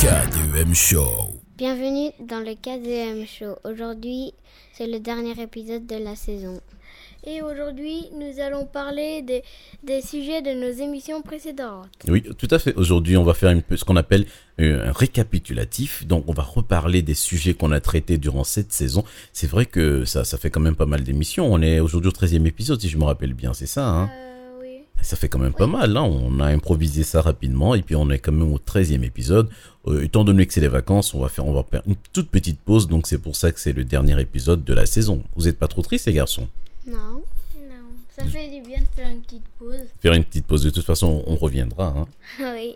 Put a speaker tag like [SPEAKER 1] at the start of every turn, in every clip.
[SPEAKER 1] KDM Show.
[SPEAKER 2] Bienvenue dans le KDM Show. Aujourd'hui, c'est le dernier épisode de la saison. Et aujourd'hui, nous allons parler des, des sujets de nos émissions précédentes.
[SPEAKER 1] Oui, tout à fait. Aujourd'hui, on va faire une, ce qu'on appelle euh, un récapitulatif. Donc, on va reparler des sujets qu'on a traités durant cette saison. C'est vrai que ça, ça fait quand même pas mal d'émissions. On est aujourd'hui au 13e épisode, si je me rappelle bien, c'est ça hein
[SPEAKER 2] Euh, oui.
[SPEAKER 1] Ça fait quand même pas mal, hein. on a improvisé ça rapidement et puis on est quand même au 13e épisode. Euh, étant donné que c'est les vacances, on va faire on va faire une toute petite pause, donc c'est pour ça que c'est le dernier épisode de la saison. Vous êtes pas trop tristes les garçons
[SPEAKER 2] Non.
[SPEAKER 3] Non, ça fait du bien de faire une petite pause.
[SPEAKER 1] Faire une petite pause, de toute façon on reviendra. Hein.
[SPEAKER 2] oui.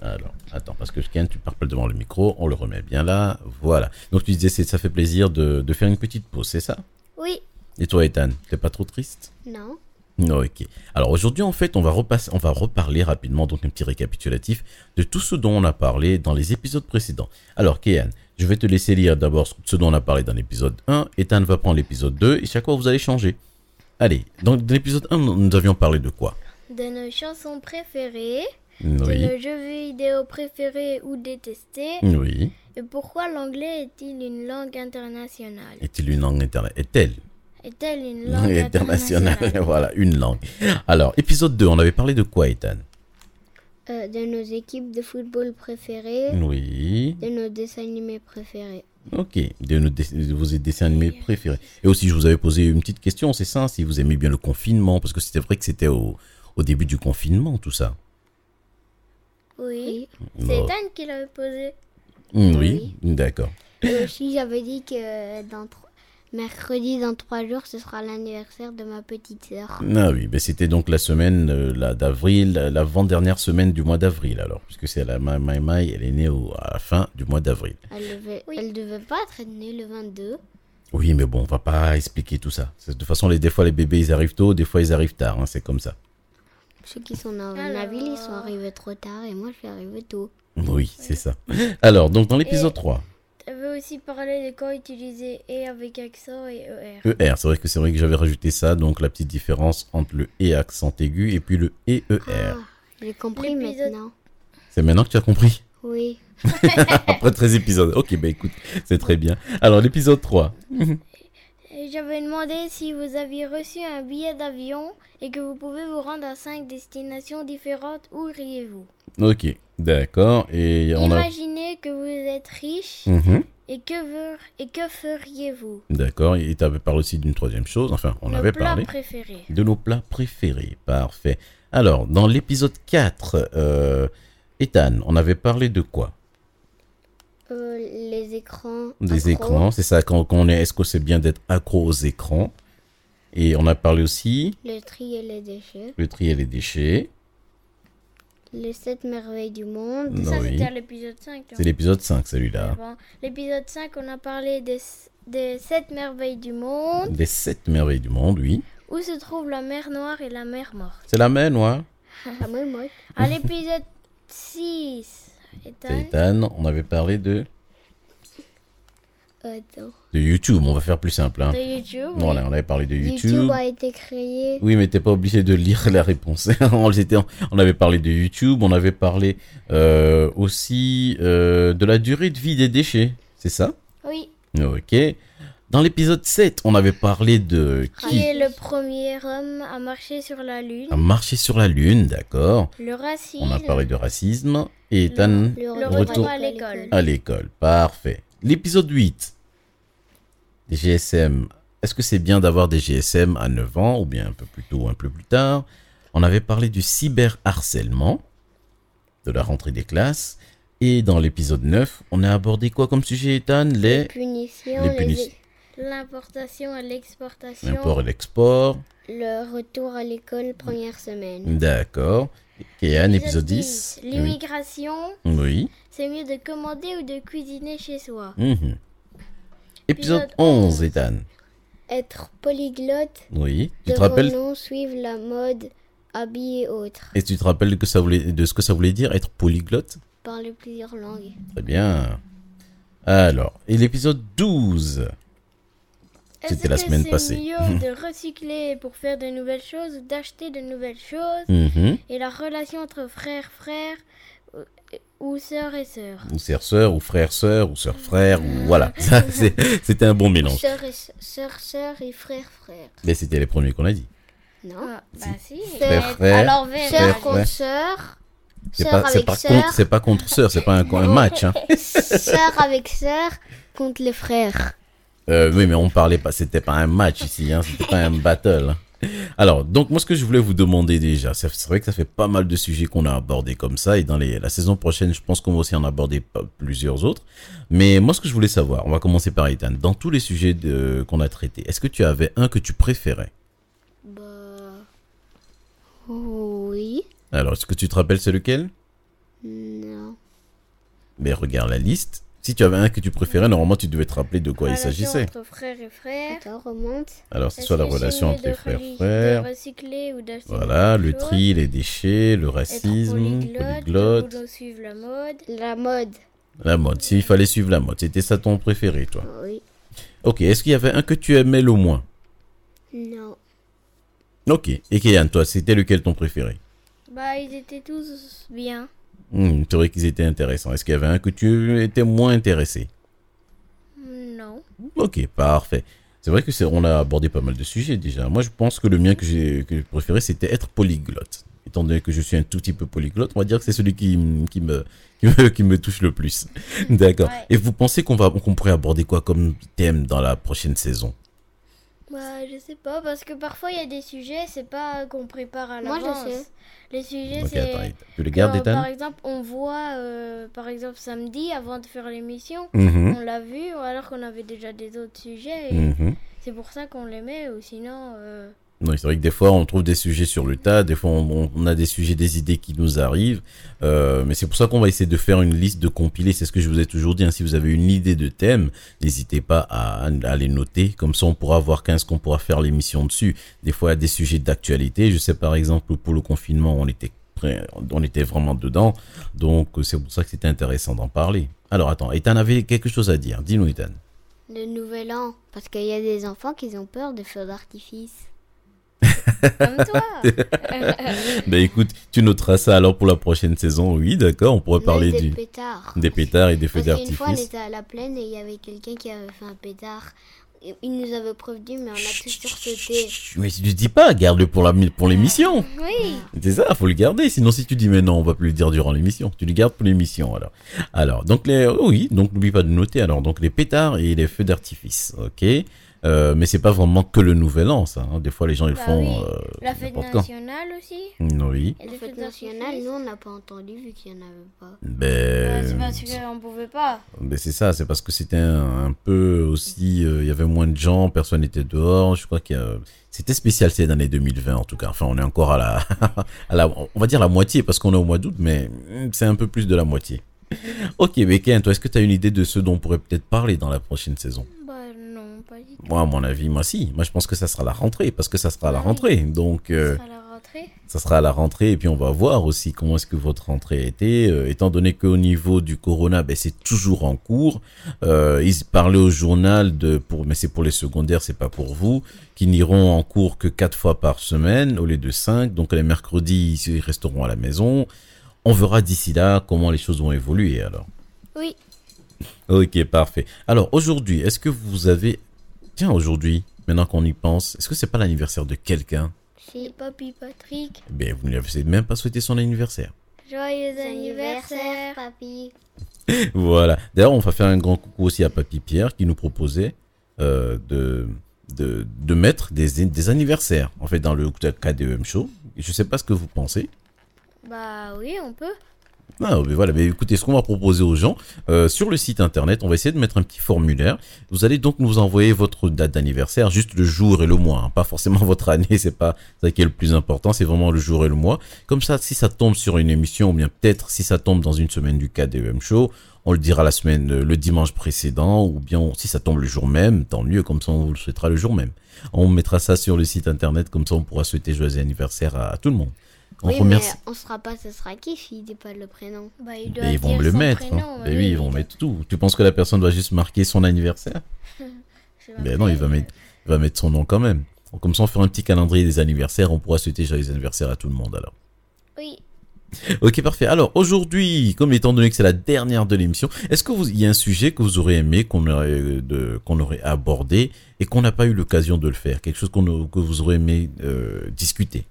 [SPEAKER 1] Alors, attends, parce que Ken, tu parles devant le micro, on le remet bien là, voilà. Donc tu disais c'est- ça fait plaisir de, de faire une petite pause, c'est ça
[SPEAKER 2] Oui.
[SPEAKER 1] Et toi Ethan, t'es pas trop triste
[SPEAKER 2] Non.
[SPEAKER 1] Ok. Alors aujourd'hui, en fait, on va, repasser, on va reparler rapidement, donc un petit récapitulatif de tout ce dont on a parlé dans les épisodes précédents. Alors, Kéan, je vais te laisser lire d'abord ce- ce dont on a parlé dans l'épisode 1. Ethan va prendre l'épisode 2 et chaque fois, vous allez changer. Allez, dans, dans l'épisode 1, nous nous avions parlé de quoi
[SPEAKER 2] De nos chansons préférées,
[SPEAKER 1] Oui. Mm.
[SPEAKER 2] de nos jeux vidéo préférés ou détestés,
[SPEAKER 1] Oui.
[SPEAKER 2] et pourquoi l'anglais est-il une langue internationale
[SPEAKER 1] Est-il une langue internationale Est-elle
[SPEAKER 2] Est-elle une
[SPEAKER 1] une langue
[SPEAKER 2] langue
[SPEAKER 1] internationale
[SPEAKER 2] internationale
[SPEAKER 1] Voilà, une langue. Alors, épisode 2, on avait parlé de quoi, Ethan
[SPEAKER 2] Euh, De nos équipes de football préférées,
[SPEAKER 1] Oui.
[SPEAKER 2] de nos dessins animés préférés.
[SPEAKER 1] Ok, de, nos dess- de vos dessins animés préférés. Et aussi, je vous avais posé une petite question, c'est ça, si vous aimez bien le confinement, parce que c'était vrai que c'était au, au début du confinement, tout ça.
[SPEAKER 2] Oui.
[SPEAKER 3] C'est
[SPEAKER 1] Bon.
[SPEAKER 3] Ethan qui l'avait posé.
[SPEAKER 1] Mm, Oui, d'accord.
[SPEAKER 2] Et aussi, j'avais dit que dans tro- mercredi, dans trois jours, ce sera l'anniversaire de ma petite sœur.
[SPEAKER 1] Ah oui, mais c'était donc la semaine euh, la- d'avril, la- l'avant-dernière semaine du mois d'avril, alors, puisque c'est la Mai Mai Mai, elle est née au- à la fin du mois d'avril.
[SPEAKER 2] Elle devait, elle devait pas être née le 22.
[SPEAKER 1] Oui, mais bon, on va pas expliquer tout ça. C'est- De toute façon, les, des fois, les bébés, ils arrivent tôt, des fois, ils arrivent tard, hein, c'est comme ça.
[SPEAKER 2] Ceux qui sont dans ma
[SPEAKER 3] Alors.
[SPEAKER 2] ville, ils sont arrivés trop tard et moi, je suis arrivée tôt.
[SPEAKER 1] Oui, c'est ça. Alors, donc, dans l'épisode 3...
[SPEAKER 3] T'avais aussi parlé de quand utiliser et avec accent et er.
[SPEAKER 1] ER, c'est vrai que c'est vrai que j'avais rajouté ça, donc la petite différence entre le E accent aigu et puis le EER.
[SPEAKER 2] Ah, j'ai compris
[SPEAKER 3] L'épisode-
[SPEAKER 2] maintenant.
[SPEAKER 1] C'est maintenant que tu as compris
[SPEAKER 2] Oui.
[SPEAKER 1] Après 13 épisodes. Ok, bah écoute, c'est très bien. Alors l'épisode 3.
[SPEAKER 3] Et j'avais demandé si vous aviez reçu un billet d'avion et que vous pouvez vous rendre à cinq destinations différentes, où iriez-vous
[SPEAKER 1] Ok, d'accord. Et on a...
[SPEAKER 3] Imaginez que vous êtes riche
[SPEAKER 1] Mhm,
[SPEAKER 3] et que, ver- et que feriez-vous
[SPEAKER 1] D'accord, et tu avais parlé aussi d'une troisième chose, enfin on
[SPEAKER 3] Nos
[SPEAKER 1] avait
[SPEAKER 3] plats
[SPEAKER 1] parlé.
[SPEAKER 3] préférés.
[SPEAKER 1] De nos plats préférés, parfait. Alors, dans l'épisode 4, euh, Ethan, on avait parlé de quoi
[SPEAKER 2] Euh, les écrans.
[SPEAKER 1] des
[SPEAKER 2] accros.
[SPEAKER 1] écrans, c'est ça, quand, quand on est, est-ce que c'est bien d'être accro aux écrans Et on a parlé aussi
[SPEAKER 2] Le tri et les déchets.
[SPEAKER 1] le tri et les déchets.
[SPEAKER 2] Les sept merveilles du monde.
[SPEAKER 1] Non,
[SPEAKER 3] Ça,
[SPEAKER 1] oui.
[SPEAKER 3] c'était à l'épisode 5. non
[SPEAKER 1] C'est l'épisode 5, celui-là.
[SPEAKER 3] Avant. ben, L'épisode 5, on a parlé des, des 7 merveilles du monde.
[SPEAKER 1] Des sept merveilles du monde, oui.
[SPEAKER 3] Où se trouvent la mer Noire et la mer Morte
[SPEAKER 1] C'est la hein. main noire.
[SPEAKER 2] Ah, moi, moi.
[SPEAKER 3] À l'épisode 6,
[SPEAKER 1] C'est
[SPEAKER 3] Ethan,
[SPEAKER 1] Ethan. On avait parlé de,
[SPEAKER 2] Euh, Attends.
[SPEAKER 1] de YouTube. On va faire plus simple. Hein.
[SPEAKER 3] de YouTube.
[SPEAKER 1] Voilà, on avait parlé de YouTube.
[SPEAKER 2] YouTube a été créé.
[SPEAKER 1] Oui, mais t'es pas obligé de lire la réponse. on, était- on avait parlé de YouTube. On avait parlé euh, aussi euh, de la durée de vie des déchets. C'est ça
[SPEAKER 3] Oui,
[SPEAKER 1] Ok. Dans l'épisode 7, on avait parlé de
[SPEAKER 3] qui
[SPEAKER 1] qui
[SPEAKER 3] est le premier homme à marcher sur la Lune
[SPEAKER 1] a marché sur la Lune, d'accord.
[SPEAKER 3] Le racisme.
[SPEAKER 1] On a parlé de racisme. Et Ethan,
[SPEAKER 2] Le
[SPEAKER 3] Le
[SPEAKER 1] retour
[SPEAKER 3] retour à l'école.
[SPEAKER 1] À l'école, parfait. L'épisode 8. Des GSM. Est-ce que c'est bien d'avoir des GSM à 9 ans ou bien un peu plus tôt, un peu plus tard On avait parlé du cyberharcèlement, de la rentrée des classes. Et dans l'épisode 9, on a abordé quoi comme sujet, Ethan Les,
[SPEAKER 2] Punition.
[SPEAKER 1] les punitions.
[SPEAKER 3] L'importation et l'exportation.
[SPEAKER 1] L'import et l'export.
[SPEAKER 2] Le retour à l'école première semaine.
[SPEAKER 1] D'accord. Et un épisode 10. Oui.
[SPEAKER 3] L'immigration,
[SPEAKER 1] Oui.
[SPEAKER 3] c'est mieux de commander ou de cuisiner chez soi.
[SPEAKER 1] Mhm. Épisode
[SPEAKER 3] Épisode
[SPEAKER 1] 11, Ethan.
[SPEAKER 2] Être polyglotte.
[SPEAKER 1] Oui. Tu te
[SPEAKER 2] Devant
[SPEAKER 1] rappelles
[SPEAKER 2] nous, suivre la mode, habits et autres.
[SPEAKER 1] Et tu te rappelles que ça voulait, de ce que ça voulait dire être polyglotte
[SPEAKER 2] Parler plusieurs langues.
[SPEAKER 1] Très bien. Alors, et l'épisode 12
[SPEAKER 3] Est-ce
[SPEAKER 1] C'était la
[SPEAKER 3] que
[SPEAKER 1] semaine
[SPEAKER 3] c'est
[SPEAKER 1] passée.
[SPEAKER 3] mieux de recycler pour faire de nouvelles choses ou d'acheter de nouvelles choses
[SPEAKER 1] Mhm.
[SPEAKER 3] et la relation entre frère-frère euh, ou sœurs et sœurs.
[SPEAKER 1] Ou sœur, sœur, ou frère, sœur, ou sœur, frère, ou voilà. Ça, c'est- C'était un bon mélange.
[SPEAKER 2] Sœur, et sœur, sœur, sœur et frère, frère.
[SPEAKER 1] Mais c'était les premiers qu'on a dit.
[SPEAKER 2] Non
[SPEAKER 3] bah si.
[SPEAKER 1] Frère, frère,
[SPEAKER 3] Alors vers
[SPEAKER 1] frère,
[SPEAKER 2] Sœur contre
[SPEAKER 1] frère.
[SPEAKER 2] sœur.
[SPEAKER 1] C'est
[SPEAKER 2] Sœur
[SPEAKER 1] pas, c'est
[SPEAKER 2] avec
[SPEAKER 1] pas
[SPEAKER 2] sœur.
[SPEAKER 1] contre, c'est pas contre sœur, c'est pas un, un match. hein.
[SPEAKER 2] sœur avec sœur contre les frères.
[SPEAKER 1] Euh, oui, mais on parlait pas, c'était pas un match ici, hein, c'était pas un battle. hein. Alors, donc moi ce que je voulais vous demander déjà, c'est c'est vrai que ça fait pas mal de sujets qu'on a abordés comme ça, et dans les, la saison prochaine, je pense qu'on va aussi en aborder pas- plusieurs autres. Mais moi ce que je voulais savoir, on va commencer par Ethan, dans tous les sujets de- qu'on a traités, est-ce que tu avais un que tu préférais
[SPEAKER 2] Bah. Oui.
[SPEAKER 1] Alors, est-ce que tu te rappelles c'est lequel
[SPEAKER 2] Non.
[SPEAKER 1] Mais regarde la liste. Si tu avais un que tu préférais, normalement tu devais te rappeler de quoi il
[SPEAKER 3] Relation
[SPEAKER 1] s'agissait.
[SPEAKER 3] Entre frère et frère.
[SPEAKER 2] Attends, remonte.
[SPEAKER 1] Alors, c'est
[SPEAKER 3] Est-ce
[SPEAKER 1] soit la
[SPEAKER 3] que c'est
[SPEAKER 1] relation
[SPEAKER 3] mieux
[SPEAKER 1] entre
[SPEAKER 3] de
[SPEAKER 1] les frères
[SPEAKER 3] reli-
[SPEAKER 1] frères.
[SPEAKER 3] de recycler ou d'acheter
[SPEAKER 1] Voilà,
[SPEAKER 3] quelque
[SPEAKER 1] le
[SPEAKER 3] chose,
[SPEAKER 1] tri, les déchets, le
[SPEAKER 3] être
[SPEAKER 1] racisme,
[SPEAKER 3] polyglotte,
[SPEAKER 1] polyglotte,
[SPEAKER 3] vouloir suivre la mode.
[SPEAKER 2] La mode.
[SPEAKER 1] la mode. S'il fallait suivre la mode, c'était ça ton préféré, toi.
[SPEAKER 2] Oui.
[SPEAKER 1] Ok, est-ce qu'il y avait un que tu aimais le moins
[SPEAKER 2] Non.
[SPEAKER 1] Ok, et Kéyan, toi, c'était lequel ton préféré
[SPEAKER 3] Bah ils étaient tous bien.
[SPEAKER 1] Hmm, C'est vrai qu'ils étaient intéressants. Est-ce qu'il y avait un que tu étais moins intéressé
[SPEAKER 3] Non.
[SPEAKER 1] Ok, parfait. C'est vrai que c'est, on a abordé pas mal de sujets déjà. Moi, je pense que le mien que j'ai que j'ai préféré, c'était être polyglotte. Étant donné que je suis un tout petit peu polyglotte, on va dire que c'est celui qui, m- qui, me, qui, me, qui me touche le plus. D'accord.
[SPEAKER 3] Ouais.
[SPEAKER 1] Et vous pensez qu'on va qu'on pourrait aborder quoi comme thème dans la prochaine saison
[SPEAKER 3] Bah je sais pas parce que parfois il y a des sujets c'est pas qu'on prépare à
[SPEAKER 2] Moi, je
[SPEAKER 3] l'avance.
[SPEAKER 2] sais.
[SPEAKER 3] Les sujets
[SPEAKER 1] Ok,
[SPEAKER 3] c'est
[SPEAKER 1] attends, Ethan. tu le gardes,
[SPEAKER 3] Euh,
[SPEAKER 1] Ethan
[SPEAKER 3] Par exemple, on voit, euh, par exemple, samedi, avant de faire l'émission,
[SPEAKER 1] Mhm,
[SPEAKER 3] on l'a vu, alors qu'on avait déjà des autres sujets. et
[SPEAKER 1] mhm.
[SPEAKER 3] C'est pour ça qu'on les met, ou sinon. euh,
[SPEAKER 1] Non, c'est vrai que des fois on trouve des sujets sur le tas, des fois on, on a des sujets, des idées qui nous arrivent, Euh, mais c'est pour ça qu'on va essayer de faire une liste, de compiler, c'est ce que je vous ai toujours dit, hein. si vous avez une idée de thème, n'hésitez pas à, à les noter, comme ça on pourra voir quand est-ce qu'on pourra faire l'émission dessus. Des fois il y a des sujets d'actualité, je sais par exemple pour le confinement on était, prêt- on était vraiment dedans, donc euh, c'est pour ça que c'était intéressant d'en parler. Alors attends, Ethan avait quelque chose à dire, dis-nous Ethan.
[SPEAKER 2] Le nouvel an. Parce qu'il y a des enfants qui ont peur des feux d'artifice.
[SPEAKER 3] Comme toi
[SPEAKER 1] Ben écoute, tu noteras ça alors pour la prochaine saison, oui d'accord, on pourra
[SPEAKER 2] Même
[SPEAKER 1] parler
[SPEAKER 2] des
[SPEAKER 1] du...
[SPEAKER 2] pétards.
[SPEAKER 1] Des pétards et des feux
[SPEAKER 2] Parce qu'une fois, on
[SPEAKER 1] d'artifice.
[SPEAKER 2] était à la plaine et il y avait quelqu'un qui avait fait un pétard. Et Il nous avait prévenu, mais on a tous sursauté.
[SPEAKER 1] Mais si tu dis pas, garde-le pour la pour l'émission.
[SPEAKER 3] Oui
[SPEAKER 1] C'est ça, faut le garder. Sinon, si tu dis mais non, on va plus le dire durant l'émission. Tu le gardes pour l'émission alors. Alors, donc les oh oui, donc n'oublie pas de noter. Alors, donc les pétards et les feux d'artifice, ok. Euh, mais c'est pas vraiment que le Nouvel An, ça. hein. Des fois, les gens ils
[SPEAKER 3] Bah
[SPEAKER 1] font
[SPEAKER 3] oui.
[SPEAKER 1] euh,
[SPEAKER 3] La fête
[SPEAKER 1] n'importe quand.
[SPEAKER 3] nationale aussi
[SPEAKER 1] Oui.
[SPEAKER 3] Et
[SPEAKER 2] La
[SPEAKER 3] les
[SPEAKER 2] fête
[SPEAKER 3] fêtes
[SPEAKER 2] nationale,
[SPEAKER 3] d'artifice
[SPEAKER 2] nous, on n'a pas entendu vu qu'il n'y en avait pas.
[SPEAKER 3] Ouais,
[SPEAKER 1] Ben,
[SPEAKER 3] C'est parce qu'on pouvait pas.
[SPEAKER 1] Ben, c'est ça, c'est parce que c'était un, un peu aussi, euh, il y avait moins de gens, personne n'était dehors. Je crois que c'était spécial ces années 2020 en tout cas. Enfin, on est encore à la, à la on va dire la moitié parce qu'on est au mois d'août, mais mm, c'est un peu plus de la moitié. Ok, Beken, toi, est-ce que tu as une idée de ce dont on pourrait peut-être parler dans la prochaine saison
[SPEAKER 3] Bah non, pas du tout.
[SPEAKER 1] Moi, à mon avis, moi si. Moi, je pense que ça sera la rentrée parce que ça sera la
[SPEAKER 3] Ah oui.
[SPEAKER 1] rentrée. Donc, euh,
[SPEAKER 3] Ce sera la rentrée.
[SPEAKER 1] ça sera à la rentrée et puis on va voir aussi comment est-ce que votre rentrée a été. Euh, étant donné qu'au niveau du corona, ben, c'est toujours en cours. Euh, ils parlaient au journal de pour, mais c'est pour les secondaires, c'est pas pour vous, qui n'iront en cours que quatre fois par semaine au lieu de cinq. Donc les mercredis, ils resteront à la maison. On verra d'ici là comment les choses vont évoluer alors.
[SPEAKER 2] Oui.
[SPEAKER 1] Ok, parfait. Alors aujourd'hui, est-ce que vous avez Tiens, aujourd'hui, maintenant qu'on y pense, est-ce que c'est pas l'anniversaire de quelqu'un
[SPEAKER 3] Et Papy Patrick,
[SPEAKER 1] Ben vous ne lui avez même pas souhaité son anniversaire.
[SPEAKER 3] joyeux
[SPEAKER 2] anniversaire,
[SPEAKER 3] anniversaire
[SPEAKER 2] papy.
[SPEAKER 1] Voilà. D'ailleurs, on va faire un grand coucou aussi à Papy Pierre qui nous proposait euh, de, de, de mettre des, des anniversaires, en fait, dans le KDEM Show. Et Je ne sais pas ce que vous pensez.
[SPEAKER 3] Bah oui, on peut.
[SPEAKER 1] Ah, mais voilà, mais écoutez, ce qu'on va proposer aux gens euh, sur le site internet, on va essayer de mettre un petit formulaire. Vous allez donc nous envoyer votre date d'anniversaire, juste le jour et le mois, hein. pas forcément votre année, c'est pas ça qui est le plus important, c'est vraiment le jour et le mois. Comme ça, si ça tombe sur une émission, ou bien peut-être si ça tombe dans une semaine du KDEM Show, on le dira la semaine, euh, le dimanche précédent, ou bien si ça tombe le jour même, tant mieux, comme ça on vous le souhaitera le jour même. On mettra ça sur le site internet, comme ça on pourra souhaiter joyeux anniversaire à, à tout le monde. On
[SPEAKER 2] oui,
[SPEAKER 1] remercie.
[SPEAKER 2] mais on sera pas, ce sera qui s'il dit pas le prénom
[SPEAKER 3] Bah
[SPEAKER 1] Ben,
[SPEAKER 3] ils doivent
[SPEAKER 1] ils vont
[SPEAKER 3] dire
[SPEAKER 1] le
[SPEAKER 3] son
[SPEAKER 1] mettre. hein.
[SPEAKER 3] prénom,
[SPEAKER 1] Ben oui, ils vont mettre tout. Tu penses que la personne va juste marquer son anniversaire
[SPEAKER 3] Je sais
[SPEAKER 1] Ben
[SPEAKER 3] pas.
[SPEAKER 1] non, il va mettre, il va mettre son nom quand même. Comme ça, on fera un petit calendrier des anniversaires. On pourra souhaiter joyeux anniversaire à tout le monde alors.
[SPEAKER 3] Oui.
[SPEAKER 1] Ok, parfait. Alors, aujourd'hui, comme étant donné que c'est la dernière de l'émission, est-ce que vous, il y a un sujet que vous aurez aimé, qu'on aurait, euh, de- qu'on aurait abordé et qu'on n'a pas eu l'occasion de le faire? Quelque chose qu'on, a- que vous aurez aimé euh, discuter?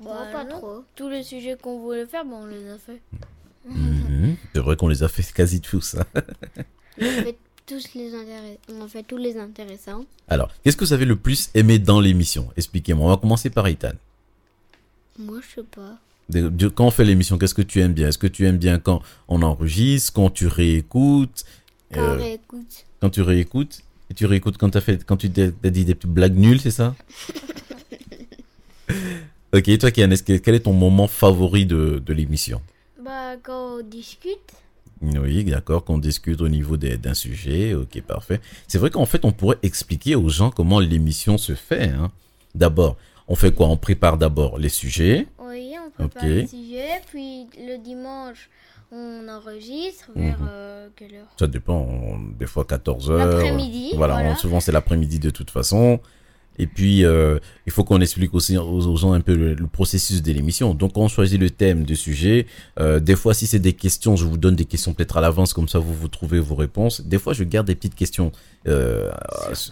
[SPEAKER 2] Moi, pas trop.
[SPEAKER 3] Tous les sujets qu'on voulait faire, bon, on les a fait.
[SPEAKER 1] Mhm. C'est vrai qu'on les a fait quasi tous. hein.
[SPEAKER 2] On fait tous les intéress- on fait tous les intéressants.
[SPEAKER 1] Alors, qu'est-ce que vous avez le plus aimé dans l'émission? Expliquez-moi. On va commencer par Ethan.
[SPEAKER 2] Moi, je sais pas.
[SPEAKER 1] De- de- Quand on fait l'émission, qu'est-ce que tu aimes bien? Est-ce que tu aimes bien quand on enregistre, quand tu réécoutes,
[SPEAKER 2] Quand
[SPEAKER 1] euh,
[SPEAKER 2] on
[SPEAKER 3] Bah,
[SPEAKER 2] réécoute,
[SPEAKER 1] quand tu réécoutes? Et tu réécoutes quand t'as fait, quand tu t'es- t'as dit des petites blagues nulles, c'est ça? Ok, et toi, Kian, est-ce que- quel est ton moment favori de, de l'émission?
[SPEAKER 3] Bah, quand on discute,
[SPEAKER 1] Oui, d'accord, qu'on discute au niveau des- d'un sujet, ok, parfait. C'est vrai qu'en fait, on pourrait expliquer aux gens comment l'émission se fait. hein. D'abord, on fait quoi On prépare d'abord les sujets.
[SPEAKER 3] oui, on prépare
[SPEAKER 1] Ok.
[SPEAKER 3] les sujets, puis le dimanche, on enregistre vers
[SPEAKER 1] Mhm.
[SPEAKER 3] euh, quelle heure
[SPEAKER 1] Ça dépend, on- des fois 14 heures.
[SPEAKER 3] L'après-midi,
[SPEAKER 1] Euh, Voilà,
[SPEAKER 3] voilà.
[SPEAKER 1] on- souvent c'est l'après-midi de toute façon. Et puis, euh, il faut qu'on explique aussi aux, aux gens un peu le, le processus de l'émission. Donc, on choisit le thème du sujet. Euh, des fois, si c'est des questions, je vous donne des questions peut-être à l'avance, comme ça vous, vous trouvez vos réponses. Des fois, je garde des petites questions euh,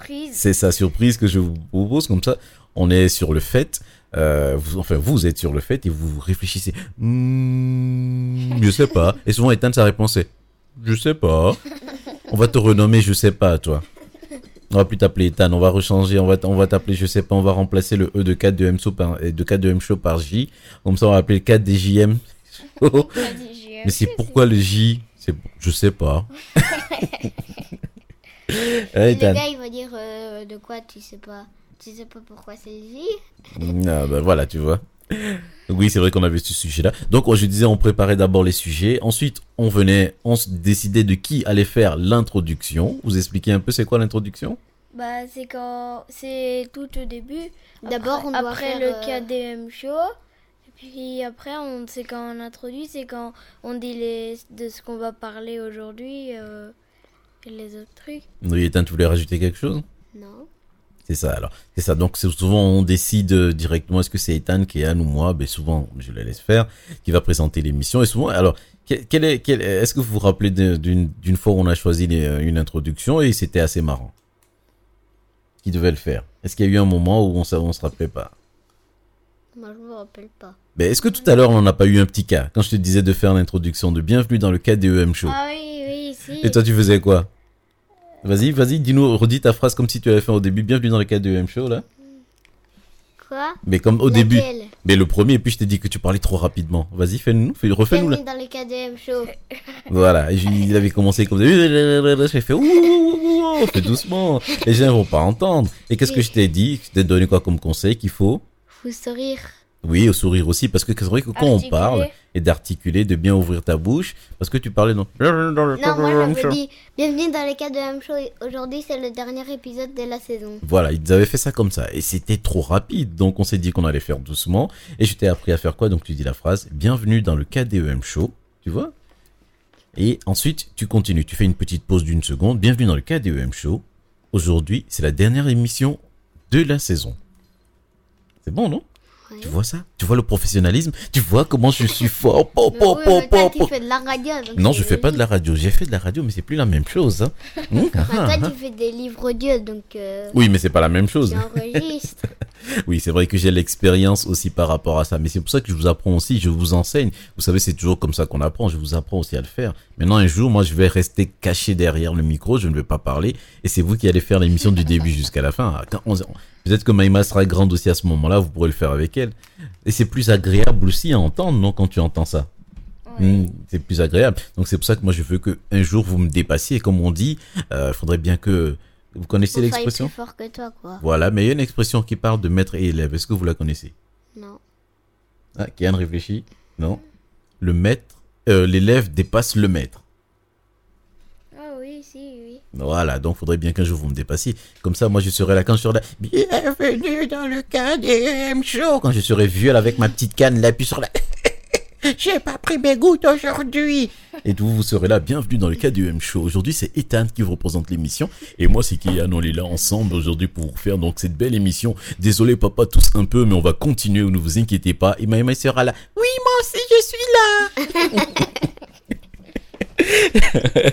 [SPEAKER 3] Prise.
[SPEAKER 1] c'est sa surprise que je vous propose. Comme ça, on est sur le fait. Euh, vous, enfin, vous êtes sur le fait et vous réfléchissez. Hmm, je sais pas. Et souvent, Ethan, sa réponse est Je sais pas. On va te renommer Je sais pas, toi. On va plus t'appeler Ethan, on va rechanger, on va, t- on va t'appeler, je sais pas, on va remplacer le E de 4 de M show par, de 4 de M show par J. Comme ça, on va appeler 4 des JM. Mais c'est pourquoi le J C'est, je sais pas. Eh,
[SPEAKER 2] le
[SPEAKER 1] Ethan.
[SPEAKER 2] gars, il va dire euh, de quoi tu sais pas. Tu sais pas pourquoi c'est le J.
[SPEAKER 1] Ah bah voilà, tu vois. Oui, c'est vrai qu'on avait ce sujet-là. Donc, je disais, on préparait d'abord les sujets. Ensuite, on venait, on se décidait de qui allait faire l'introduction. Vous expliquez un peu c'est quoi l'introduction
[SPEAKER 3] Bah, c'est quand. C'est tout au début.
[SPEAKER 2] D'abord,
[SPEAKER 3] Après-
[SPEAKER 2] on doit
[SPEAKER 3] Après
[SPEAKER 2] faire,
[SPEAKER 3] le
[SPEAKER 2] euh,
[SPEAKER 3] KDM show. Et puis après, on c'est quand on introduit, c'est quand on dit les, de ce qu'on va parler aujourd'hui euh, et les autres trucs.
[SPEAKER 1] Oui, Ethan, tu voulais rajouter quelque chose
[SPEAKER 2] Non.
[SPEAKER 1] C'est ça, alors. C'est ça. Donc, c'est souvent, on décide euh, directement est-ce que c'est Ethan, Kéan ou moi Ben, souvent, je la laisse faire, qui va présenter l'émission. Et souvent, alors, que- quel est, quel- est-ce que vous vous rappelez de- d'une d'une fois où on a choisi les- euh, une introduction et c'était assez marrant Qui devait le faire Est-ce qu'il y a eu un moment où on ne on se rappelait pas
[SPEAKER 2] Moi, je me rappelle pas.
[SPEAKER 1] Mais est-ce que tout à l'heure, on n'a pas eu un petit cas Quand je te disais de faire l'introduction de Bienvenue dans le KDEM Show.
[SPEAKER 3] Ah oui, oui, si.
[SPEAKER 1] Et toi, tu faisais quoi Vas-y, vas-y, dis-nous, redis ta phrase comme si tu l'avais fait au début. Bienvenue dans le KDEM Show, là.
[SPEAKER 2] Quoi
[SPEAKER 1] Mais comme au début.
[SPEAKER 2] Laquelle
[SPEAKER 1] Mais le premier, et puis je t'ai dit que tu parlais trop rapidement. Vas-y, fais-nous, fais- refais-nous là.
[SPEAKER 2] Bienvenue dans le KDM show.
[SPEAKER 1] Voilà, et j'ai- il avait commencé comme ça. J'ai fait, ouh, ouh, ouh, ouh, fais doucement. Les gens vont pas entendre. Et qu'est-ce que je t'ai dit Je t'ai donné quoi comme conseil qu'il faut
[SPEAKER 2] Faut sourire.
[SPEAKER 1] Oui, au sourire aussi, parce que c'est vrai que quand on
[SPEAKER 3] Articuler.
[SPEAKER 1] parle, et d'articuler, de bien ouvrir ta bouche, parce que tu parlais non.
[SPEAKER 2] Non, moi j'avais dit bienvenue dans le KDM show. et Aujourd'hui, c'est le dernier épisode de la saison.
[SPEAKER 1] Voilà, ils avaient fait ça comme ça. Et c'était trop rapide. Donc, on s'est dit qu'on allait faire doucement. Et je t'ai appris à faire quoi Donc, tu dis la phrase Bienvenue dans le KDEM Show. Tu vois Et ensuite, tu continues. Tu fais une petite pause d'une seconde. Bienvenue dans le KDEM Show. Aujourd'hui, c'est la dernière émission de la saison. C'est bon, non
[SPEAKER 2] Ouais.
[SPEAKER 1] Tu vois ça Tu vois le professionnalisme Tu vois comment je suis fort Po,
[SPEAKER 2] Mais
[SPEAKER 1] po,
[SPEAKER 2] oui,
[SPEAKER 1] po,
[SPEAKER 2] mais toi,
[SPEAKER 1] po,
[SPEAKER 2] tu
[SPEAKER 1] po.
[SPEAKER 2] fais de la radio. donc euh,
[SPEAKER 1] Non,
[SPEAKER 2] c'est
[SPEAKER 1] je fais pas de
[SPEAKER 2] logique.
[SPEAKER 1] la radio. J'ai fait de la radio, mais c'est plus la même chose. hein. Hum, ah,
[SPEAKER 2] Enfin,
[SPEAKER 1] ah,
[SPEAKER 2] Bah, toi,
[SPEAKER 1] ah.
[SPEAKER 2] tu fais des livres audio, donc euh,
[SPEAKER 1] Oui, mais c'est pas la même chose.
[SPEAKER 2] tu enregistres.
[SPEAKER 1] Oui, c'est vrai que j'ai l'expérience aussi par rapport à ça, mais c'est pour ça que je vous apprends aussi, je vous enseigne. Vous savez, c'est toujours comme ça qu'on apprend, je vous apprends aussi à le faire. Maintenant, un jour, moi, je vais rester caché derrière le micro, je ne vais pas parler, et c'est vous qui allez faire l'émission du début jusqu'à la fin. Ah, quand on- Peut-être que Maïma sera grande aussi à ce moment-là, vous pourrez le faire avec elle. Et c'est plus agréable aussi à entendre, non, quand tu entends ça. Hmm, c'est plus agréable. Donc c'est pour ça que moi je veux que un jour vous me dépassiez. Comme on dit, euh, faudrait bien que vous connaissez
[SPEAKER 2] Faut faire
[SPEAKER 1] l'expression.
[SPEAKER 2] plus fort que toi, quoi.
[SPEAKER 1] Voilà, mais il y a une expression qui parle de maître et élève. Est-ce que vous la connaissez
[SPEAKER 2] Non.
[SPEAKER 1] Ah, Kian réfléchit. Non. Le maître, euh, l'élève dépasse le maître.
[SPEAKER 3] Ah oui, si, oui.
[SPEAKER 1] Voilà, donc faudrait bien qu'un jour vous me dépassiez. Comme ça, moi je serai là quand je serai là. Bienvenue dans le KDM Show. Quand je serai vieux là, avec ma petite canne là, puis sur la. J'ai pas pris mes gouttes aujourd'hui. Et vous, vous serez là. Bienvenue dans le cas du M Show. Aujourd'hui, c'est Ethan qui vous représente l'émission. Et moi, c'est Kian. On est là ensemble aujourd'hui pour vous faire donc cette belle émission. Désolé, papa, tous un peu, mais on va continuer. Ne vous inquiétez pas. Et Maëma sera là. Oui, moi aussi, je suis là.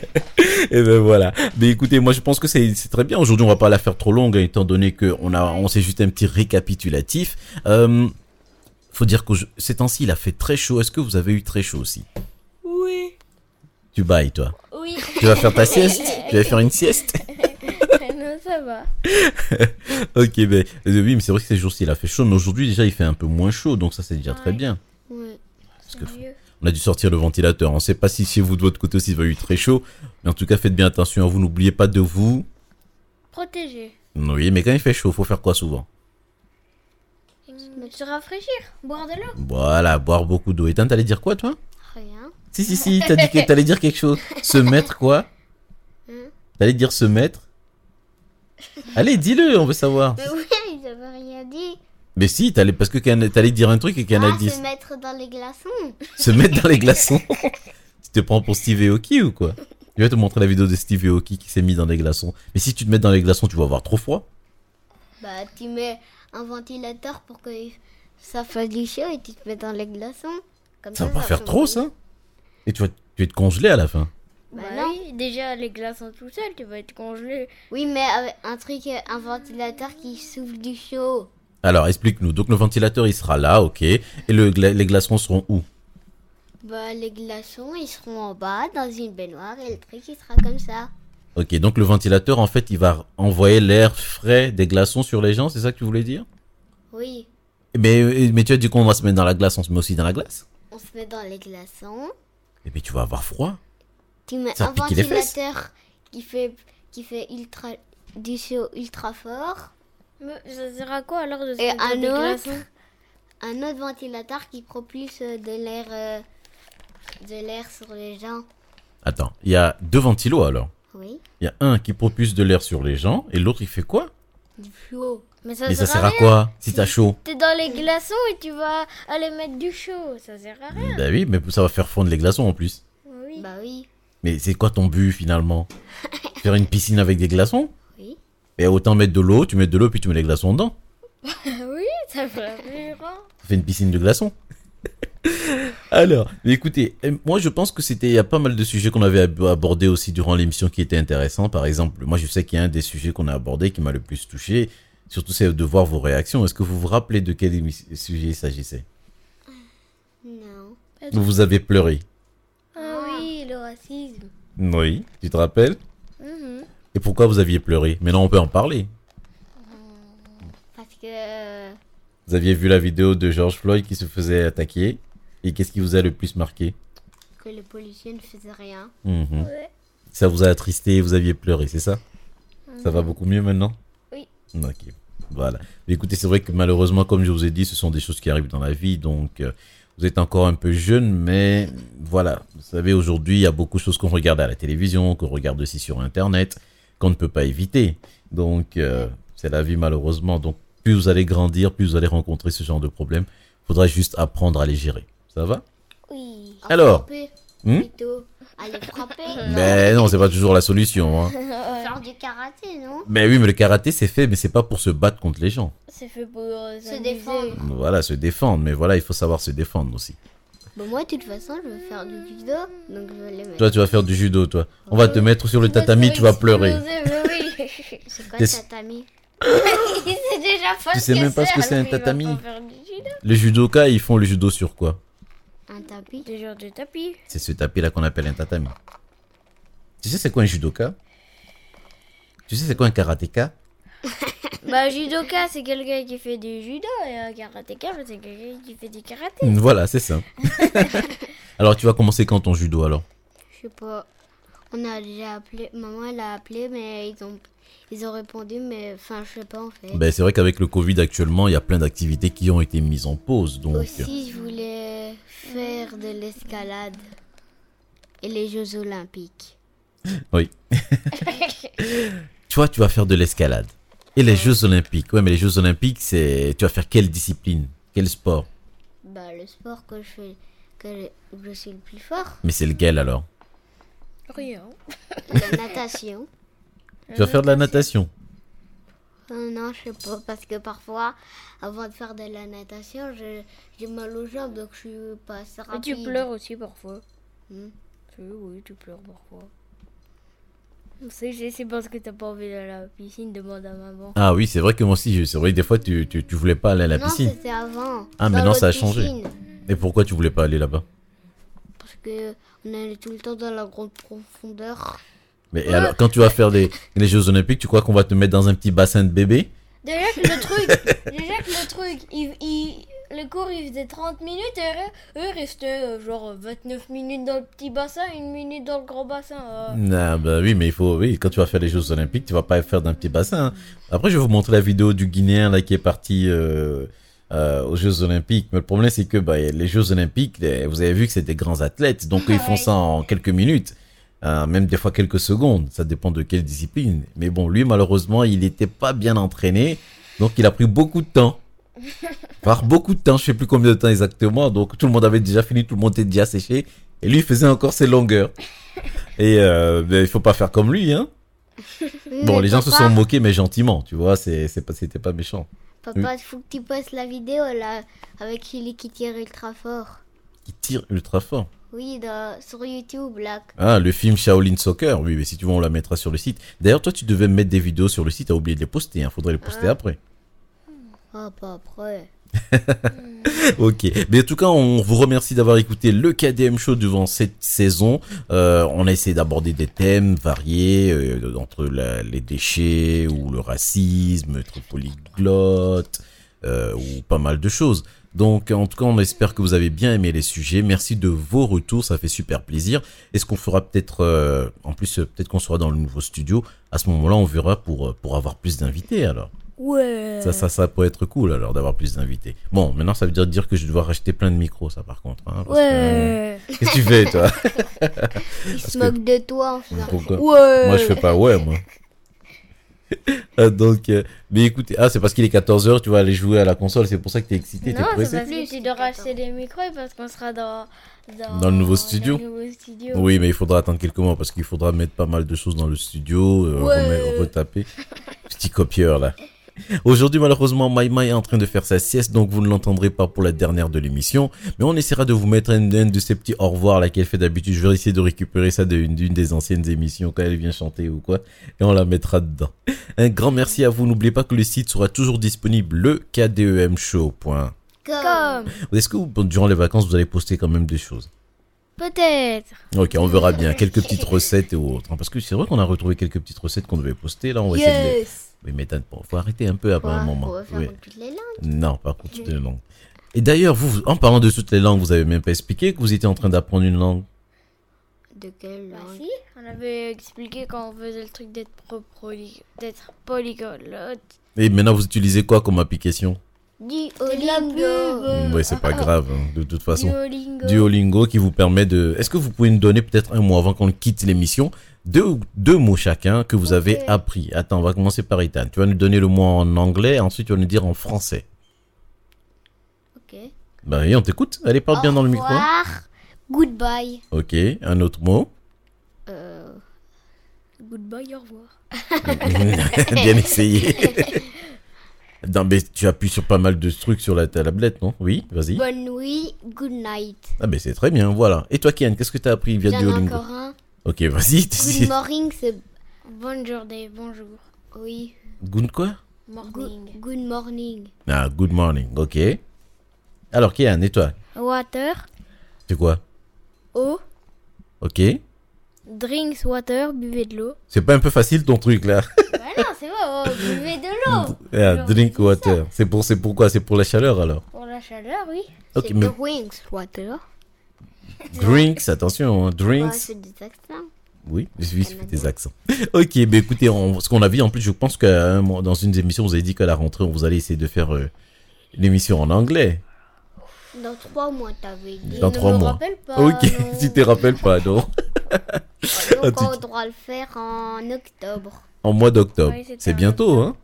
[SPEAKER 1] Et ben voilà. Mais écoutez, moi je pense que c'est c'est très bien. Aujourd'hui, on va pas la faire trop longue, hein, étant donné que on a, on s'est juste un petit récapitulatif. Euh, faut dire que je- ces temps-ci, il a fait très chaud. Est-ce que vous avez eu très chaud aussi
[SPEAKER 4] Oui.
[SPEAKER 1] Tu bailles, toi.
[SPEAKER 3] Oui,
[SPEAKER 1] Tu vas faire ta sieste Tu vas faire une sieste
[SPEAKER 3] Eh non, ça va.
[SPEAKER 1] Ok, ben euh, oui, mais c'est vrai que ces jours-ci, il a fait chaud. Mais aujourd'hui, déjà, il fait un peu moins chaud, donc ça, c'est déjà très bien.
[SPEAKER 2] Ouais.
[SPEAKER 1] Parce que on a dû sortir le ventilateur. On ne sait pas si chez vous de votre côté aussi, il va eu très chaud. Mais en tout cas, faites bien attention à vous. N'oubliez pas de vous.
[SPEAKER 3] Protéger.
[SPEAKER 1] Oui, mais quand il fait chaud, faut faire quoi souvent
[SPEAKER 2] Mmh.
[SPEAKER 3] Se rafraîchir, boire de l'eau.
[SPEAKER 1] Voilà, boire beaucoup d'eau. Ethan, t'allais dire quoi, toi
[SPEAKER 2] Rien.
[SPEAKER 1] Si, si, si, t'as dit que t'allais dire quelque chose. Se mettre quoi
[SPEAKER 2] Hein
[SPEAKER 1] T'allais dire se mettre Allez, dis-le, on veut savoir.
[SPEAKER 2] Mais oui, ils avaient rien dit.
[SPEAKER 1] Mais si, t'allais, parce que Ken- t'allais dire un truc et qu'elle a
[SPEAKER 2] Ah,
[SPEAKER 1] dit
[SPEAKER 2] se mettre dans les glaçons.
[SPEAKER 1] se mettre dans les glaçons. tu te prends pour Steve Aoki ou quoi Je vais te montrer la vidéo de Steve Aoki qui s'est mis dans les glaçons. Mais si tu te mets dans les glaçons, tu vas avoir trop froid.
[SPEAKER 2] Bah, tu mets un ventilateur pour que ça fasse du chaud et tu te mets dans les glaçons. Comme
[SPEAKER 1] Ça
[SPEAKER 2] ça,
[SPEAKER 1] va pas
[SPEAKER 2] ça
[SPEAKER 1] faire
[SPEAKER 2] fait
[SPEAKER 1] trop,
[SPEAKER 2] du-
[SPEAKER 1] ça Et tu vas, tu vas te congeler à la fin.
[SPEAKER 2] Bah,
[SPEAKER 3] Bah,
[SPEAKER 2] non.
[SPEAKER 3] oui, déjà les glaçons tout seul, tu vas être congelé.
[SPEAKER 2] Oui, mais avec un truc, euh, un ventilateur qui souffle du chaud.
[SPEAKER 1] Alors, explique-nous. Donc, le ventilateur, il sera là, ok. Et le gla- les glaçons seront où
[SPEAKER 2] Bah, les glaçons, ils seront en bas dans une baignoire et le truc, il sera comme ça.
[SPEAKER 1] Ok, donc le ventilateur, en fait, il va envoyer l'air frais des glaçons sur les gens, c'est ça que tu voulais dire
[SPEAKER 2] Oui,
[SPEAKER 1] mais, mais tu as dit qu'on va se mettre dans la glace, on se met aussi dans la glace
[SPEAKER 2] on se met dans les glaçons.
[SPEAKER 1] Eh bien, tu vas avoir froid.
[SPEAKER 2] Tu mets
[SPEAKER 1] Ça
[SPEAKER 2] un
[SPEAKER 1] pique les fesses.
[SPEAKER 2] ventilateur qui fait, qui fait ultra, du chaud ultra fort.
[SPEAKER 3] Mais ça sert à quoi alors de se
[SPEAKER 2] Et
[SPEAKER 3] mettre dans
[SPEAKER 2] un
[SPEAKER 3] des
[SPEAKER 2] autre.
[SPEAKER 3] glaçons
[SPEAKER 2] Un autre ventilateur qui propulse euh, de l'air euh, de l'air sur les gens.
[SPEAKER 1] Attends, il y a deux ventilos alors.
[SPEAKER 2] Oui,
[SPEAKER 1] Il y a un qui propulse de l'air sur les gens et l'autre il fait quoi
[SPEAKER 2] du fluo.
[SPEAKER 3] Mais ça
[SPEAKER 1] Mais ça
[SPEAKER 3] sert,
[SPEAKER 1] sert
[SPEAKER 3] à
[SPEAKER 1] à
[SPEAKER 3] rien.
[SPEAKER 1] quoi si t'as chaud
[SPEAKER 3] T'es dans
[SPEAKER 2] Mmh.
[SPEAKER 3] les glaçons et tu vas aller mettre du chaud, ça sert à rien.
[SPEAKER 1] Bah oui, mais ça va faire fondre les glaçons en plus.
[SPEAKER 3] Oui.
[SPEAKER 2] Bah oui,
[SPEAKER 1] Mais c'est quoi ton but finalement Faire une piscine avec des glaçons
[SPEAKER 2] oui.
[SPEAKER 1] Et autant mettre de l'eau, tu mets de l'eau puis tu mets les glaçons dedans.
[SPEAKER 3] Ah oui, ça hein. fera plus grand.
[SPEAKER 1] Ça fait une piscine de glaçons. Alors, mais écoutez, euh, moi je pense que c'était il y a pas mal de sujets qu'on avait ab- abordés aussi durant l'émission qui étaient intéressants. Par exemple, moi je sais qu'il y a un des sujets qu'on a abordé qui m'a le plus touché, surtout c'est de voir vos réactions. Est-ce que vous vous rappelez de quel émi- sujet il s'agissait
[SPEAKER 2] Non.
[SPEAKER 1] Où vous avez pleuré
[SPEAKER 3] Ah oui, le racisme.
[SPEAKER 1] Oui. Tu te rappelles
[SPEAKER 3] Mhm.
[SPEAKER 1] Et pourquoi vous aviez pleuré Maintenant on peut en parler.
[SPEAKER 2] Parce que euh,
[SPEAKER 1] Vous aviez vu la vidéo de George Floyd qui se faisait attaquer Et qu'est-ce qui vous a le plus marqué
[SPEAKER 2] que les policiers ne faisaient rien.
[SPEAKER 1] Mhm.
[SPEAKER 3] Ouais.
[SPEAKER 1] Ça vous a attristé et vous aviez pleuré, c'est ça Ça va beaucoup mieux maintenant
[SPEAKER 3] Oui.
[SPEAKER 1] Ok, voilà. Mais écoutez, c'est vrai que malheureusement, comme je vous ai dit, ce sont des choses qui arrivent dans la vie, donc euh, vous êtes encore un peu jeune, mais voilà. Vous savez, aujourd'hui, il y a beaucoup de choses qu'on regarde à la télévision, qu'on regarde aussi sur Internet, qu'on ne peut pas éviter. Donc, euh, c'est la vie malheureusement. Donc, plus vous allez grandir, plus vous allez rencontrer ce genre de problème. Faudra juste apprendre à les gérer. Ça va
[SPEAKER 2] Oui.
[SPEAKER 1] Alors.
[SPEAKER 2] Frapper,
[SPEAKER 1] Hmm
[SPEAKER 2] plutôt. Allez frapper.
[SPEAKER 1] Mais non, c'est pas toujours la solution. hein.
[SPEAKER 2] Faire du karaté, non
[SPEAKER 1] Mais oui, mais le karaté, c'est fait, mais c'est pas pour se battre contre les gens.
[SPEAKER 3] C'est fait pour euh, s'amuser.
[SPEAKER 2] défendre.
[SPEAKER 1] Voilà, se défendre. Mais voilà, il faut savoir se défendre aussi.
[SPEAKER 2] Bon, Bah moi, de toute façon, je veux faire du judo, donc je vais les mettre.
[SPEAKER 1] Toi, tu vas faire du judo, toi. On va te mettre sur le tatami, tu vas pleurer.
[SPEAKER 3] Mais oui.
[SPEAKER 2] C'est quoi
[SPEAKER 1] Des-
[SPEAKER 2] tatami
[SPEAKER 3] c'est déjà pas
[SPEAKER 1] Tu sais même pas ce que c'est un
[SPEAKER 3] alors il va
[SPEAKER 1] tatami.
[SPEAKER 3] pas faire du judo.
[SPEAKER 1] Les judokas, ils font le judo sur quoi
[SPEAKER 2] Un tapis
[SPEAKER 3] Des genres de tapis.
[SPEAKER 1] C'est ce tapis-là qu'on appelle un tatami. Tu sais, c'est quoi un judoka Tu sais, c'est quoi un karatéka
[SPEAKER 3] Bah, judoka, c'est quelqu'un qui fait du judo et un karatéka, bah, c'est quelqu'un qui fait du karaté.
[SPEAKER 1] Mm, Voilà, c'est ça. alors, tu vas commencer quand ton judo, alors
[SPEAKER 2] Je sais pas. On a déjà appelé, maman elle a appelé, mais ils ont, ils ont répondu, mais enfin, je sais pas en fait.
[SPEAKER 1] ben, C'est vrai qu'avec le Covid actuellement, il y a plein d'activités qui ont été mises en pause. Donc,
[SPEAKER 2] Aussi, je voulais faire de l'escalade et les Jeux Olympiques.
[SPEAKER 1] Oui. tu vois, tu vas faire de l'escalade. Et les Jeux Olympiques. Ouais, mais les Jeux Olympiques, c'est. Tu vas faire quelle discipline Quel sport
[SPEAKER 2] Bah, le sport que je fais, que je suis le plus fort.
[SPEAKER 1] Mais c'est lequel alors
[SPEAKER 3] Rien.
[SPEAKER 2] La natation.
[SPEAKER 1] Tu vas faire de la natation
[SPEAKER 2] Euh, non, je sais pas, parce que parfois, avant de faire de la natation, je- j'ai mal aux jambes, donc je suis pas
[SPEAKER 3] Et
[SPEAKER 2] assez rapide.
[SPEAKER 3] tu pleures aussi parfois.
[SPEAKER 2] Hmm.
[SPEAKER 3] Oui, oui, tu pleures parfois. On sait, c'est c'est parce que t'as pas envie d'aller à la piscine, demande à maman.
[SPEAKER 1] Ah oui, c'est vrai que moi aussi, je- c'est vrai que des fois, tu, tu, tu voulais pas aller à la
[SPEAKER 2] non,
[SPEAKER 1] piscine.
[SPEAKER 2] c'était avant.
[SPEAKER 1] Ah,
[SPEAKER 2] dans
[SPEAKER 1] maintenant, ça a
[SPEAKER 2] l'autre
[SPEAKER 1] changé.
[SPEAKER 2] piscine,
[SPEAKER 1] Et pourquoi tu voulais pas aller là-bas
[SPEAKER 2] parce que on allait tout le temps dans la grande profondeur.
[SPEAKER 1] Mais et alors, quand tu vas faire les, les Jeux Olympiques, tu crois qu'on va te mettre dans un petit bassin de bébé
[SPEAKER 3] Déjà que le truc, déjà que le truc, il, il- le cours il faisait 30 minutes et eux- eux restaient euh, genre euh, 29 minutes dans le petit bassin, une minute dans le grand bassin. euh.
[SPEAKER 1] Ah bah oui, mais il faut, oui, quand tu vas faire les Jeux Olympiques, tu vas pas faire d'un petit bassin. hein. Après, je vais vous montrer la vidéo du Guinéen là qui est parti euh, euh, aux Jeux Olympiques. Mais le problème, c'est que bah, les Jeux Olympiques, les- vous avez vu que c'est des grands athlètes, donc ils font
[SPEAKER 3] Ouais.
[SPEAKER 1] ça en quelques minutes, euh, même des fois quelques secondes. Ça dépend de quelle discipline. Mais bon, lui, malheureusement, il n'était pas bien entraîné, donc il a pris beaucoup de temps. Par beaucoup de temps, je sais plus combien de temps exactement. Donc tout le monde avait déjà fini, tout le monde était déjà séché, et lui il faisait encore ses longueurs. Et euh, ben, il faut pas faire comme lui, hein. Bon,
[SPEAKER 2] Mais
[SPEAKER 1] les gens se
[SPEAKER 2] papa-
[SPEAKER 1] sont moqués, mais gentiment, tu vois, c'est c'est pas- c'était pas méchant.
[SPEAKER 2] Papa, il faut que tu postes la vidéo là, avec Chili qui tire ultra fort.
[SPEAKER 1] Qui tire ultra fort.
[SPEAKER 2] Oui, dans- sur YouTube là.
[SPEAKER 1] Ah, le film Shaolin Soccer, oui, mais si tu veux, on la mettra sur le site. D'ailleurs, toi, tu devais mettre des vidéos sur le site, t'as oublié de les poster, hein. faudrait les poster après.
[SPEAKER 2] Ah, pas après.
[SPEAKER 1] Ok, mais en tout cas, on vous remercie d'avoir écouté le KDM Show durant cette saison. Euh, on a essayé d'aborder des thèmes variés, euh, entre la- les déchets ou le racisme, être polyglotte, euh, ou pas mal de choses. Donc, en tout cas, on espère que vous avez bien aimé les sujets. Merci de vos retours, ça fait super plaisir. Est-ce qu'on fera peut-être, euh, en plus, euh, peut-être qu'on sera dans le nouveau studio. À ce moment-là, on verra pour, euh, pour avoir plus d'invités alors.
[SPEAKER 3] Ouais.
[SPEAKER 1] Ça, ça, ça peut être cool alors d'avoir plus d'invités. Bon, maintenant ça veut dire, dire que je dois racheter plein de micros, ça par contre. hein, parce
[SPEAKER 3] Ouais.
[SPEAKER 1] que- Qu'est-ce que tu fais, toi
[SPEAKER 2] Il se
[SPEAKER 1] que-
[SPEAKER 2] moque de toi en faisant.
[SPEAKER 1] Pourquoi
[SPEAKER 3] Ouais.
[SPEAKER 1] Moi, je fais pas ouais, moi. Ah, Donc, euh, mais écoutez, ah, c'est parce qu'il est 14h, tu vas aller jouer à la console, c'est pour ça que t'es excité, t'es
[SPEAKER 3] Non, c'est
[SPEAKER 1] pressé.
[SPEAKER 3] parce que tu dois racheter des micros et parce qu'on sera dans,
[SPEAKER 1] Dans le nouveau studio.
[SPEAKER 3] dans le nouveau studio.
[SPEAKER 1] Oui, mais il faudra attendre quelques mois parce qu'il faudra mettre pas mal de choses dans le studio, euh,
[SPEAKER 3] Ouais.
[SPEAKER 1] remet- retaper. Petit copieur là. Aujourd'hui, malheureusement, Maïma est en train de faire sa sieste, donc vous ne l'entendrez pas pour la dernière de l'émission. Mais on essaiera de vous mettre une, une de ces petits au revoir là qu'elle fait d'habitude. Je vais essayer de récupérer ça d'une d'une des anciennes émissions quand elle vient chanter ou quoi. Et on la mettra dedans. Un grand merci à vous. N'oubliez pas que le site sera toujours disponible, le E kdemshow.com.
[SPEAKER 2] Comme.
[SPEAKER 3] Comme.
[SPEAKER 1] Est-ce que vous, durant les vacances, vous allez poster quand même des choses
[SPEAKER 3] Peut-être.
[SPEAKER 1] Ok, on verra bien. Quelques petites recettes ou autres. hein, Parce que c'est vrai qu'on a retrouvé quelques petites recettes qu'on devait poster. Là, on va essayer de les... Oui, mais t'as- bon, faut arrêter un peu après
[SPEAKER 2] Quoi,
[SPEAKER 1] un moment.
[SPEAKER 2] On va faire
[SPEAKER 1] Oui.
[SPEAKER 2] toutes les langues.
[SPEAKER 1] Non, par contre, toutes les langues. Et d'ailleurs, vous, vous- en parlant de toutes les langues, vous avez même pas expliqué que vous étiez en train d'apprendre une langue.
[SPEAKER 2] De quelle
[SPEAKER 3] Bah
[SPEAKER 2] langue
[SPEAKER 3] si, on avait expliqué quand on faisait le truc d'être pro- proli- d'être polyglotte.
[SPEAKER 1] Et maintenant, vous utilisez quoi comme application
[SPEAKER 2] Du
[SPEAKER 3] de la pub.
[SPEAKER 2] Olingo.
[SPEAKER 1] Oui, c'est pas grave, hein, de toute façon.
[SPEAKER 3] Duolingo.
[SPEAKER 1] Duolingo qui vous permet de... Est-ce que vous pouvez nous donner peut-être un mot avant qu'on quitte l'émission deux, deux mots chacun que vous avez appris. Attends, on va commencer par Ethan. Tu vas nous donner le mot en anglais, ensuite tu vas nous dire en français.
[SPEAKER 2] Ok.
[SPEAKER 1] Bah oui, on t'écoute. Allez, parle bien dans le
[SPEAKER 2] Au
[SPEAKER 1] micro.
[SPEAKER 2] revoir. Goodbye.
[SPEAKER 1] Ok, un autre mot.
[SPEAKER 2] Euh,
[SPEAKER 3] Goodbye, au revoir.
[SPEAKER 1] bien essayé. non, mais tu appuies sur pas mal de trucs sur la tablette, non Oui, vas-y.
[SPEAKER 2] bonne nuit, good night.
[SPEAKER 1] Ah, mais c'est très bien, voilà. Et toi, Kian, qu'est-ce que t'as appris via
[SPEAKER 2] J'en ai
[SPEAKER 1] Duolingo
[SPEAKER 2] encore un.
[SPEAKER 1] Ok, vas-y.
[SPEAKER 2] Good
[SPEAKER 1] t'es-
[SPEAKER 2] morning, c'est.
[SPEAKER 3] Hein? Bonne journée, bonjour.
[SPEAKER 2] Oui.
[SPEAKER 1] Good quoi
[SPEAKER 3] Morning.
[SPEAKER 2] Good, good morning.
[SPEAKER 1] Ah, good morning, ok. Alors, Kian, et toi
[SPEAKER 3] Water,
[SPEAKER 1] C'est quoi
[SPEAKER 3] eau,
[SPEAKER 1] Ok.
[SPEAKER 3] drinks, water, buvez de l'eau.
[SPEAKER 1] C'est pas un peu facile ton truc là
[SPEAKER 3] bah non, c'est bon, oh, buvez de l'eau.
[SPEAKER 1] Ah,
[SPEAKER 3] Non,
[SPEAKER 1] Drink water. C'est pour, c'est pour quoi C'est pour la chaleur alors
[SPEAKER 3] Pour la chaleur, oui.
[SPEAKER 1] Ok,
[SPEAKER 2] c'est
[SPEAKER 1] mais
[SPEAKER 2] the wings, water.
[SPEAKER 1] drinks, attention, hein,
[SPEAKER 2] Ah,
[SPEAKER 1] drinks.
[SPEAKER 2] c'est des accents.
[SPEAKER 1] Oui, je suis je fais des accents. Ok, mais écoutez, on- ce qu'on a vu, en plus, je pense que hein, moi, dans une des émissions, vous avez dit qu'à la rentrée, vous allez essayer de faire euh, l'émission en anglais.
[SPEAKER 2] Dans trois mois, t'avais dit.
[SPEAKER 1] Dans
[SPEAKER 3] ne
[SPEAKER 1] trois
[SPEAKER 3] me
[SPEAKER 1] mois.
[SPEAKER 3] rappelle pas, euh,
[SPEAKER 1] ok,
[SPEAKER 3] non.
[SPEAKER 1] tu te rappelles pas, non
[SPEAKER 2] Donc,
[SPEAKER 1] Ah, tu-
[SPEAKER 2] on devra le faire en octobre.
[SPEAKER 1] En mois d'octobre.
[SPEAKER 3] Ouais, c'était
[SPEAKER 1] C'est
[SPEAKER 3] en
[SPEAKER 1] bientôt, hein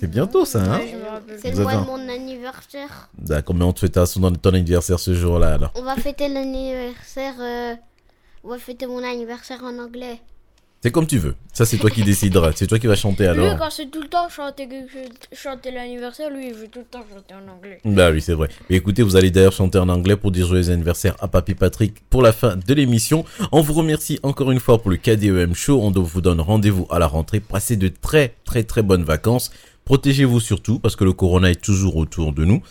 [SPEAKER 1] C'est bientôt ça, hein
[SPEAKER 5] Ouais, je me rappelle.
[SPEAKER 3] C'est
[SPEAKER 1] Vous
[SPEAKER 3] le
[SPEAKER 1] avez
[SPEAKER 3] mois
[SPEAKER 1] un-
[SPEAKER 3] de mon anniversaire.
[SPEAKER 1] D'accord, mais on te fête à son- ton anniversaire ce jour-là, alors.
[SPEAKER 3] On va fêter l'anniversaire. euh, On va fêter mon anniversaire en anglais.
[SPEAKER 1] C'est comme tu veux. Ça, c'est toi qui décideras. C'est toi qui vas chanter,
[SPEAKER 5] Lui,
[SPEAKER 1] alors.
[SPEAKER 5] quand c'est tout le temps chanter, quelque chose- chanter l'anniversaire, lui, il veut tout le temps chanter en anglais.
[SPEAKER 1] Bah oui, c'est vrai. Et écoutez, vous allez d'ailleurs chanter en anglais pour dire joyeux anniversaire à Papy Patrick pour la fin de l'émission. On vous remercie encore une fois pour le KDEM Show. On vous donne rendez-vous à la rentrée. Passez de très, très, très bonnes vacances. Protégez-vous surtout parce que le corona est toujours autour de nous.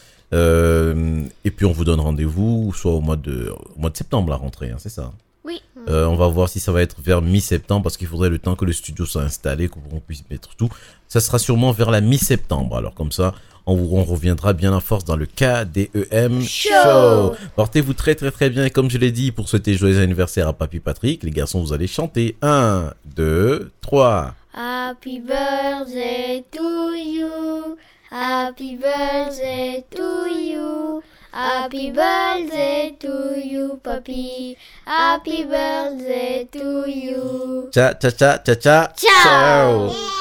[SPEAKER 1] Euh, et puis on vous donne rendez-vous soit au mois de, au mois de septembre la rentrée, hein, c'est ça
[SPEAKER 3] Oui.
[SPEAKER 1] Euh, on va voir si ça va être vers mi-septembre parce qu'il faudrait le temps que le studio soit installé, qu'on puisse mettre tout. Ça sera sûrement vers la mi-septembre. Alors comme ça, on, vous, on reviendra bien en force dans le KDEM Show. Portez-vous très très très bien et comme je l'ai dit, pour souhaiter joyeux anniversaire à Papy Patrick, les garçons, vous allez chanter 1, 2, 3.
[SPEAKER 3] Happy birthday to you. Happy birthday to you. Happy birthday to you, papi. Happy birthday to you.
[SPEAKER 1] Ciao, ciao, ciao, ciao, ciao.
[SPEAKER 3] Ciao.
[SPEAKER 1] Ciao.